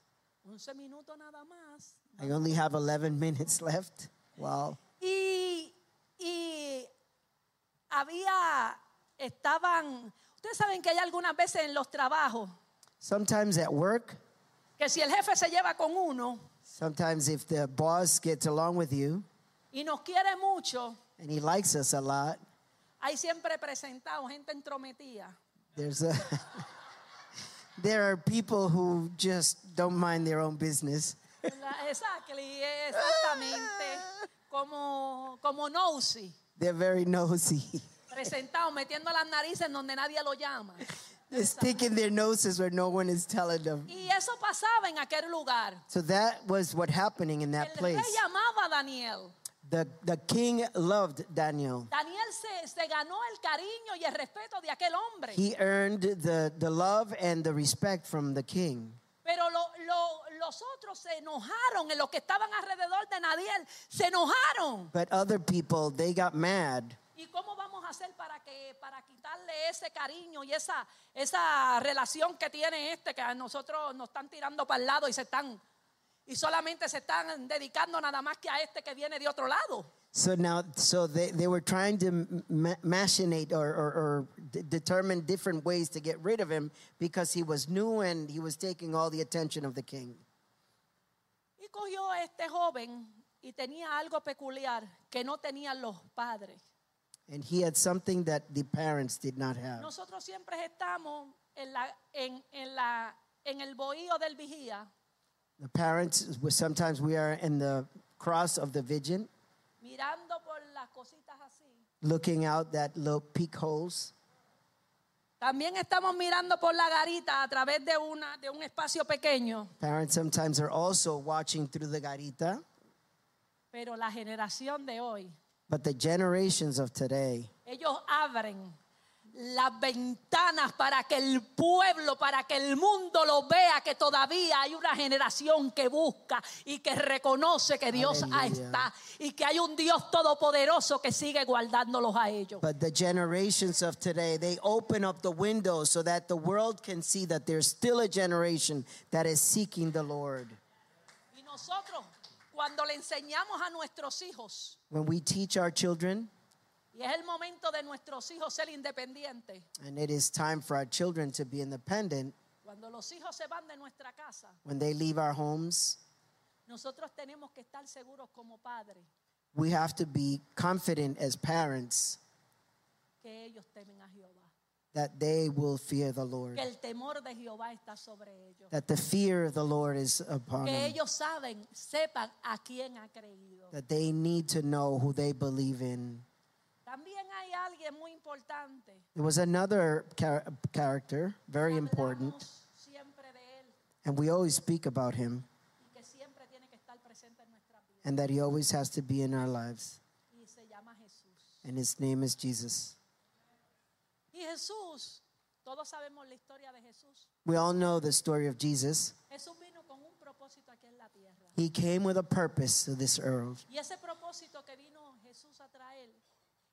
11 minutos nada más.
I only have 11 minutes left. Wow.
Y, y había, estaban, ustedes saben que hay algunas veces en los trabajos
Sometimes at work,
que si el jefe se lleva con uno
sometimes if the boss gets along with you
y nos quiere mucho,
and he likes us a lot,
hay siempre presentado gente entrometida.
there's a there are people who just don't mind their own business.
La- Exactly, exactamente. como, como nosy,
They're very nosy.
presentado, metiendo las narices donde nadie lo llama.
They're sticking their noses where no one is telling them.
Y eso pasaba en aquel lugar.
So that was what happening in that
El rey
place.
llamaba a Daniel.
The, the king loved Daniel.
Daniel se, se ganó el cariño y el respeto de aquel hombre.
He earned the, the love and the respect from the king.
Pero lo- lo- los otros se enojaron, en los que estaban alrededor de Daniel, se enojaron.
But other people, they got mad.
¿Y cómo vamos a hacer para que para quitarle ese cariño y esa esa relación que tiene este que a nosotros nos están tirando para el lado y se están y solamente se están dedicando nada más que a este que viene de otro lado?
So now, so they, they were trying to ma- machinate or, or, or d- determine different ways to get rid of him because he was new and he was taking all the attention of the king.
Y cogió a este joven y tenía algo peculiar que no tenían los padres.
And he had something that the parents did not have.
Nosotros siempre estamos en la en, en la en el bohío del vigía
The parents, we- sometimes we are in the cross of the vision,
mirando por las cositas así.
looking out that little peek holes.
También estamos mirando por la garita a través de, una, de un espacio pequeño,
Parents sometimes are also watching through the garita,
pero la generación de hoy,
but the generations of today,
ellos abren las ventanas para que el pueblo, para que el mundo lo vea, que todavía hay una generación que busca y que reconoce que Dios ahí
Aleluya.
está y que hay un Dios todopoderoso que sigue guardándolos a ellos.
but the generations of today, they open up the windows so that the world can see that there's still a generation that is seeking the Lord.
Y nosotros, cuando le enseñamos a nuestros hijos,
When we teach our children,
y es el momento de nuestros hijos ser independientes,
and it is time for our children to be independent,
Cuando los hijos se van de nuestra casa,
when they leave our homes,
nosotros tenemos que estar seguros como padres
we have to be confident as parents
que ellos temen a Jehová.
that they will fear the Lord,
Que el temor de Jehová está sobre ellos.
that the fear of the Lord is upon
Que
them,
ellos saben, sepan a quién ha creído.
that they need to know who they believe in.
También hay alguien muy importante.
There was another char- character, very important,
Hablamos siempre de él
and we always speak about him,
y que siempre tiene que estar presente en nuestra vida.
and that he always has to be in our lives.
Y se llama Jesús.
And his name is Jesus.
Y Jesús, todos sabemos la historia de Jesús.
We all know the story of Jesus.
Jesús vino con un propósito aquí en la tierra.
He came with a purpose to this earth,
Y ese propósito que vino Jesús a traer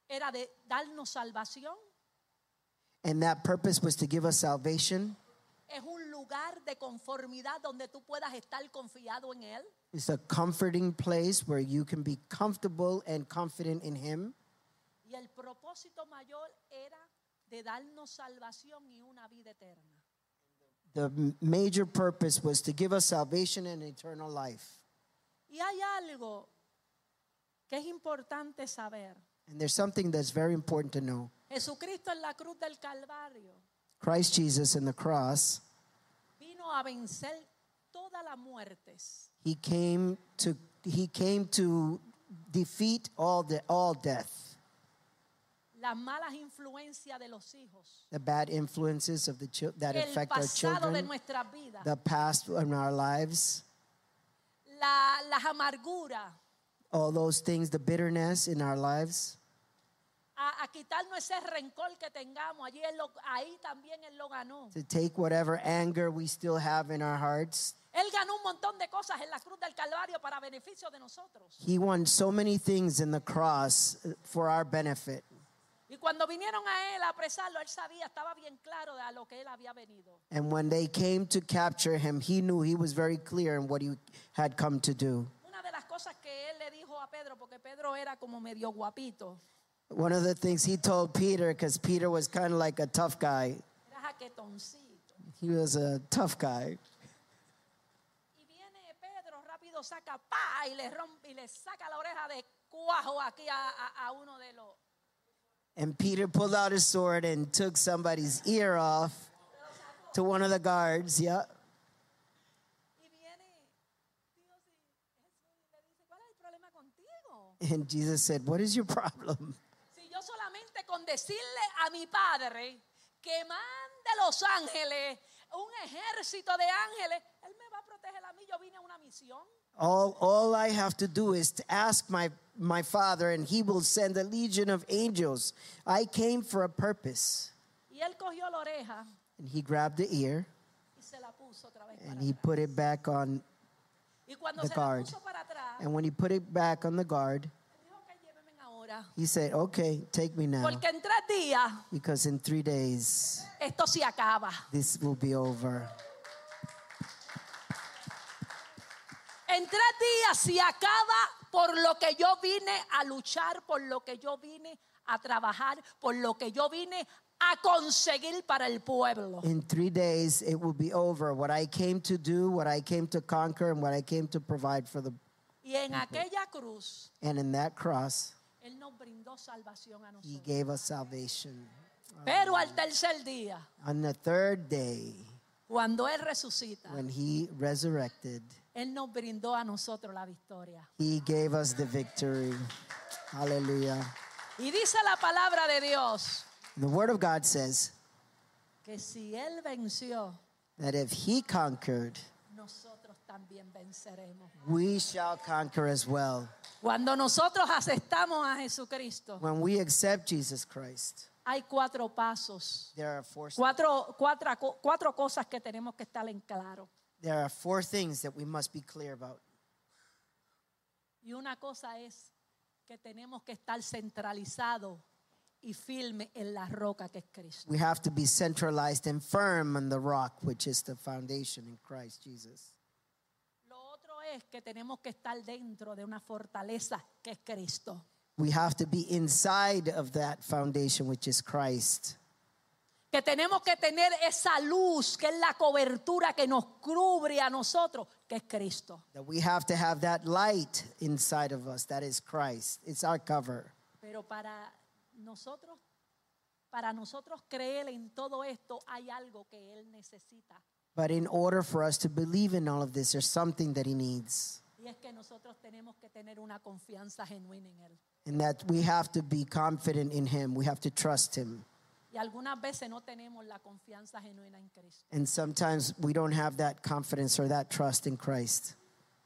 era de darnos salvación.
and that purpose was to give us salvation.
Es un lugar de conformidad donde tú puedas estar confiado en Él.
It's a comforting place where you can be comfortable and confident in him.
Y el propósito mayor era de darnos salvación y una vida eterna.
The m- major purpose was to give us salvation and eternal life.
Y hay algo que es importante saber.
And there's something that's very important to know.
Jesucristo en la cruz del Calvario
Christ Jesus in the cross,
vino a vencer todas las muertes.
he came to he came to defeat all the all death,
Las malas influencias de los hijos.
the bad influences of the chil- that
El
affect our
pasado de
children,
nuestras vidas.
the past in our lives,
la, las amarguras,
all those things, the bitterness in our lives,
a, a quitarnos ese rencor que tengamos. Allí él lo- ahí también Él lo ganó.
to take whatever anger we still have in our hearts.
Él ganó un montón de cosas en la cruz del Calvario para beneficio de nosotros.
He won so many things in the cross uh, for our benefit.
Y cuando vinieron a Él a apresarlo, Él sabía, estaba bien claro de a lo que Él había venido.
And when they came to capture him, he knew he was very clear in what he had come to do.
Una de las cosas que Él le dijo a Pedro, porque Pedro era como medio guapito,
One of the things he told Peter, because Peter was kind of like a tough guy,
era jaquetoncito.
he was a tough guy.
Y viene Pedro, rápido saca, pa, y le, rompe, y le saca la oreja de cuajo aquí a, a- a uno de los...
And Peter pulled out his sword and took somebody's ear off to one of the guards. Yeah.
Y viene Dios y Jesús y le dice, ¿cuál es el problema contigo?
And Jesus said, What is your problem?
Si yo solamente con decirle a mi padre que mande los ángeles, un ejército de ángeles, él me va a proteger a mí. Yo vine a una misión.
All, all I have to do is to ask my, my father, and he will send a legion of angels. I came for a purpose.
Y él cogió la oreja
And he grabbed the ear
y se la puso otra vez. Para
and he put it back on.
Y cuando
the
se la
guard.
puso para atrás,
And when he put it back on the guard,
dijo que llévenme ahora.
he said, Okay, take me now.
Porque en tres días
Because in three days,
esto se acaba.
this will be over.
En tres días se acaba por lo que yo vine a luchar, por lo que yo vine a trabajar, por lo que yo vine a conseguir para el pueblo.
In three days, it will be over. What I came to do, what I came to conquer, and what I came to provide for the.
Y en aquella cruz,
And in that cross,
Él nos brindó salvación a
he
nosotros.
gave us salvation.
Pero al tercer día,
On the third day,
cuando Él resucita,
when he resurrected,
Él nos brindó a nosotros la victoria.
he gave us the victory. Hallelujah.
Y dice la palabra de Dios
The word of God says
que si Él venció,
that if he conquered,
nosotros también venceremos.
we shall conquer as well.
Cuando nosotros aceptamos a Jesucristo,
When we accept Jesus Christ,
hay cuatro pasos,
there are four,
cuatro, cuatro, cuatro cosas que tenemos que estar en claro.
there are four things that we must be clear about.
Y una cosa es que tenemos que estar centralizados y firme en la roca que es Cristo.
We have to be centralized and firm on the rock, which is the foundation in Christ Jesus.
Lo otro es que tenemos que estar dentro de una fortaleza que es Cristo.
We have to be inside of that foundation, which is Christ.
Que tenemos que tener esa luz que es la cobertura que nos cubre a nosotros, que es Cristo.
That we have to have that light inside of us, that is Christ. It's our cover.
Pero para nosotros, para nosotros creer en todo esto, hay algo que Él necesita.
But in order for us to believe in all of this, there's something that He needs.
Y es que nosotros tenemos que tener una confianza genuina en Él.
And that we have to be confident in Him, we have to trust Him.
Y algunas veces no tenemos la confianza genuina en Cristo.
And sometimes we don't have that confidence or that trust in Christ.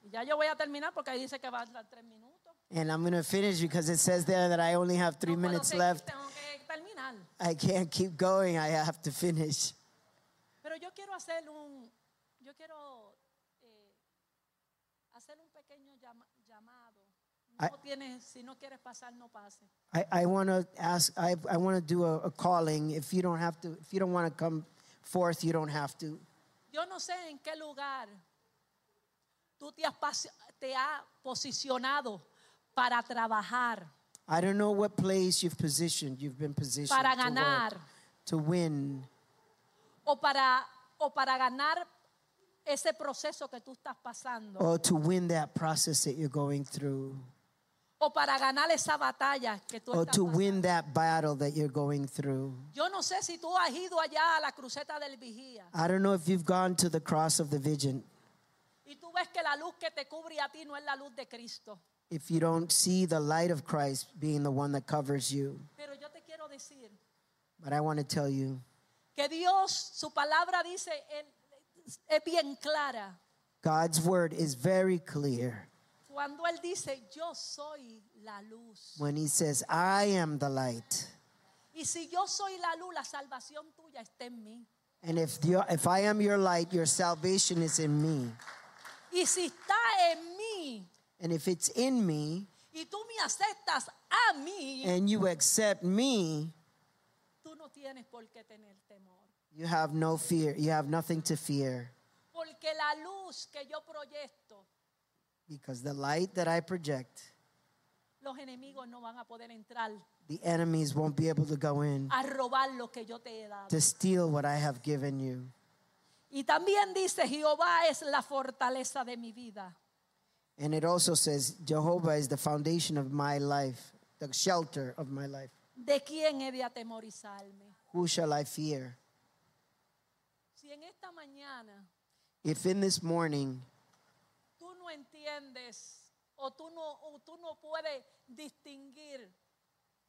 Y ya yo voy a terminar porque ahí dice que va a dar tres minutos.
And I'm going to finish because it says there that I only have three
No puedo
minutes
seguir,
left.
Tengo que terminar.
I can't keep going. I have to finish.
Pero yo quiero hacer un, yo quiero eh, hacer un pequeño llama- llamado. No tienes, si no quieres pasar, no pase.
I, I want to ask. I, I want to do a, a calling. If you don't have to, if you don't want to come forth, you don't have to.
Yo no sé en qué lugar tú te has, pas- te has posicionado para trabajar,
I don't know what place you've positioned. You've been positioned
para
to work,
ganar
to win,
o para, o para ganar ese proceso que tú estás pasando,
or to win that process that you're going through,
o para ganar esa batalla que tú
or
estás
to
pasando.
win that battle that you're going through.
Yo no sé si tú has ido allá a la cruceta del vigía
I don't know if you've gone to the cross of the vision.
y tú ves que la luz que te cubre a ti no es la luz de Cristo.
If you don't see the light of Christ being the one that covers you,
Pero yo te quiero decir
but I want to tell you.
que Dios, su palabra dice, él- es bien clara.
God's word is very clear
Cuando Él dice, yo soy la luz.
when he says, I am the light.
Y si yo soy la luz, la salvación tuya está en mí.
And if, the, if I am your light, your salvation is in me.
Y si está en mí
And if it's in me
y tú me aceptas a mí,
and you accept me,
tú no tienes por qué tener temor.
you have no fear. You have nothing to fear
Porque la luz que yo proyecto,
because the light that I project,
los enemigos no van a poder entrar
the enemies won't be able to go in
a robar lo que yo te he dado.
to steal what I have given you.
Y también dice, Jehová es la fortaleza de mi vida.
And it also says, Jehovah is the foundation of my life, the shelter of my life.
¿De quién he de atemorizarme?
Who shall I fear?
Si en esta mañana
If in this morning
tú no entiendes o tú no, o tú no puedes distinguir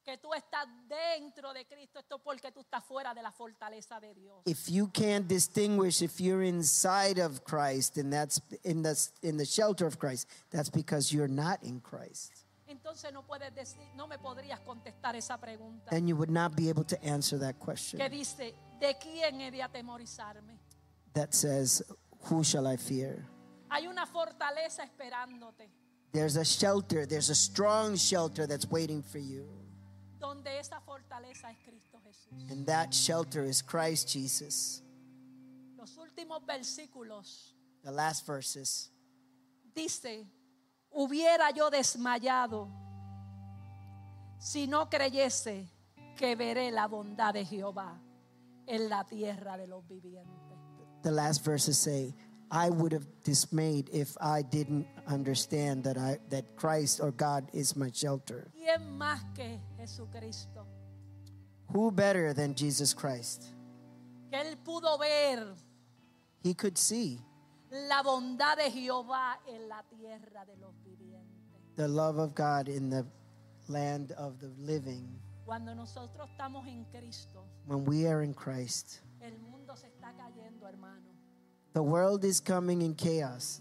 que tú estás dentro de Cristo, esto es porque tú estás fuera de la fortaleza de Dios.
If you can't distinguish if you're inside of Christ and that's in the, in the shelter of Christ, that's because you're not in Christ.
Entonces no puedes decir, no me podrías contestar esa pregunta
Then you would not be able to answer that question
que dice, ¿de quién he de atemorizarme?
that says, Who shall I fear?
Hay una fortaleza esperándote,
There's a shelter, there's a strong shelter that's waiting for you.
donde esa fortaleza es Cristo Jesús.
And that shelter is Christ Jesus.
Los últimos versículos
The last verses.
dice, hubiera yo desmayado si no creyese que veré la bondad de Jehová en la tierra de los vivientes.
The last verses say, I would have dismayed if I didn't understand that I that Christ or God is my shelter.
¿Quién más que Jesucristo?
Who better than Jesus Christ?
Que él pudo ver
He could see
la bondad de Jehová en la tierra de los vivientes.
the love of God in the land of the living.
Cuando nosotros estamos en Cristo,
When we are in Christ,
el mundo se está cayendo, hermano.
the world is coming in chaos,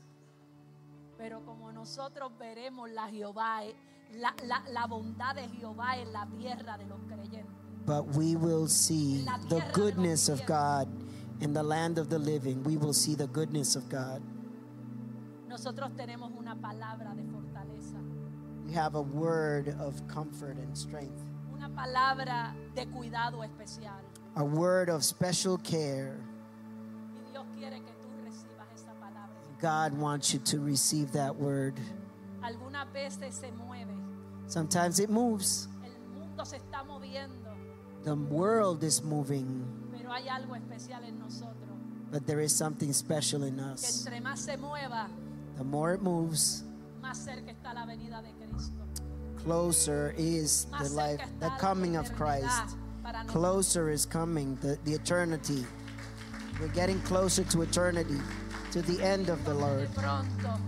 Pero como nosotros veremos la Jehová, eh, la, la- la bondad de Jehová en la tierra de los creyentes.
but we will see the goodness of God in the land of the living. We will see the goodness of God.
Nosotros tenemos una palabra de fortaleza,
We have a word of comfort and strength,
una palabra de cuidado especial.
a word of special care.
Y Dios quiere que tú recibas esa palabra.
God wants you to receive that word.
Algunas veces se mueve,
Sometimes it moves.
el mundo se está moviendo,
The world is moving,
pero hay algo especial en nosotros.
but there is something special in
Que
us.
entre más se mueva,
The more it moves,
más cerca está la venida de Cristo.
closer is the
Más
life,
cerca está
the
la
coming of
eternidad
Christ.
para nosotros.
Closer is coming, the, the eternity. We're getting closer to eternity, to the end of the
De
Lord.
pronto,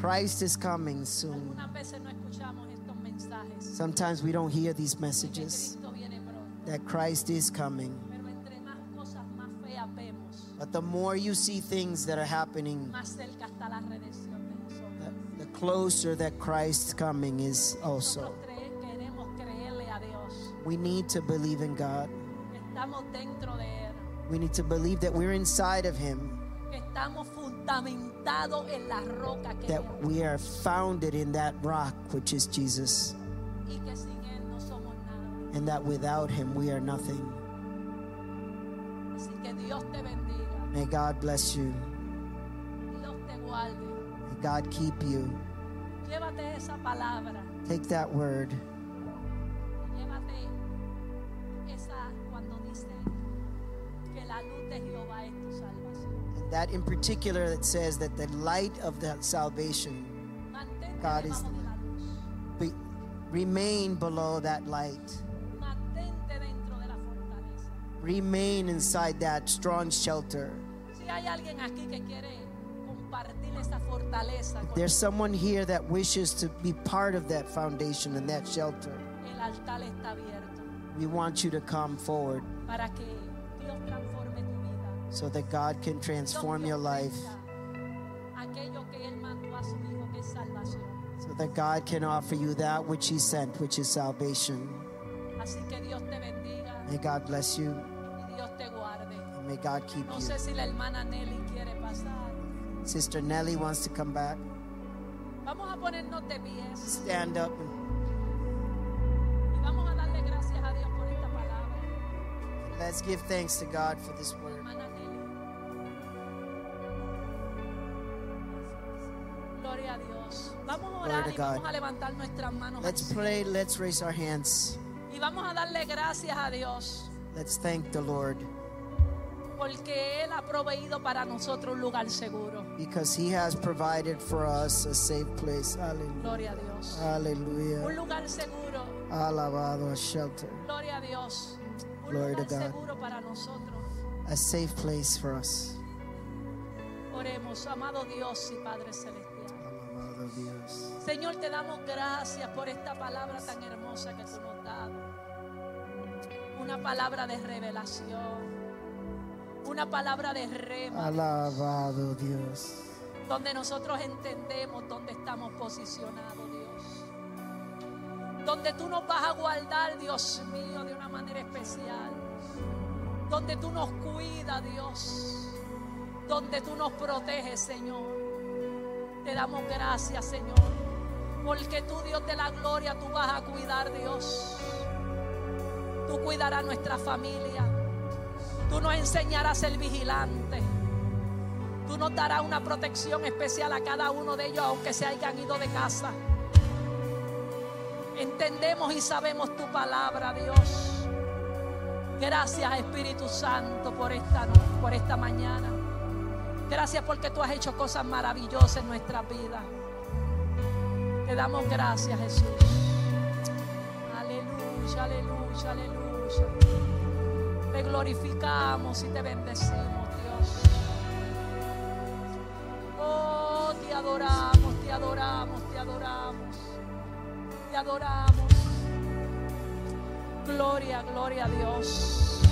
Christ is coming soon.
algunas veces no escuchamos estos mensajes.
Sometimes we don't hear these
de que
messages
Cristo viene pronto.
that Christ is coming.
Pero entre más cosas más feas vemos,
But the more you see things that are happening,
más cerca está la redención de nosotros.
the closer that Christ's coming is also.
Nosotros cre- queremos creerle a Dios.
We need to believe in God.
que Estamos dentro de Él.
We need to believe that we're inside of Him,
que Estamos fundamentados en la roca que es
that we are founded in that rock, which is Jesus,
y que sin Él no somos nada.
and that without Him we are nothing.
Así que Dios te bendiga,
May God bless you.
Dios te guarde.
May God keep you.
Llévate esa palabra.
Take that word.
Llévate esa cuando dice que la luz de Jehová es tu salvación.
And that in particular that says that the light of that salvation
Mantente
God
debajo
is-
de la luz.
be, remain below that light.
Mantente dentro de la fortaleza.
Remain inside that strong shelter.
Si hay alguien aquí que quiere compartir esa fortaleza, con
There's someone here that wishes to be part of that foundation and that shelter.
el altar está abierto
We want you to come forward
para que Dios transforme tu vida.
so that God can
Dios
transform
te
your life,
ofrezca Aquello que Él mandó a su hijo que es salvación.
so that God can offer you that which He sent, which is salvation.
Así que Dios te bendiga
May God bless you
y Dios te guarde.
and may God keep
No
you.
sé si la hermana Nelly quiere pasar.
Sister Nellie wants to come back.
Vamos a ponernos de pies
Stand up and
y vamos a darle gracias a Dios por esta palabra.
let's give thanks to God for this word.
Hermana Nelly. Gloria a Dios. Vamos a orar
Glory
y
to God.
vamos a levantar nuestras manos
Let's pray, let's raise our hands,
y vamos a darle gracias a Dios
let's thank the Lord
porque Él ha proveído para nosotros un lugar seguro.
because He has provided for us a safe place. Hallelujah.
Gloria a Dios. Un
Hallelujah.
lugar seguro.
Alabado, a shelter,
Gloria a Dios. Un
Glory to
lugar
God.
seguro para nosotros.
a safe place for us.
Oremos, amado Dios y Padre Celestial.
Alabado, amado Dios.
Señor, te damos gracias por esta palabra tan hermosa que tú nos das. Una palabra de revelación. Una palabra de rema,
Alabado Dios.
donde nosotros entendemos dónde estamos posicionados, Dios. Donde tú nos vas a guardar, Dios mío, de una manera especial. Donde tú nos cuidas, Dios. Donde tú nos proteges, Señor. Te damos gracias, Señor. Porque tú, Dios de la gloria, tú vas a cuidar, Dios. Tú cuidarás nuestra familia. Tú nos enseñarás a ser vigilantes. Tú nos darás una protección especial a cada uno de ellos, aunque se hayan ido de casa. Entendemos y sabemos tu palabra, Dios. Gracias, Espíritu Santo, por esta, no- por esta mañana. Gracias porque tú has hecho cosas maravillosas en nuestra vida. Te damos gracias, Jesús. Aleluya, aleluya, aleluya. Te glorificamos y te bendecimos, Dios. Oh, te adoramos, te adoramos, te adoramos. Te adoramos. Gloria, gloria a Dios. Oh,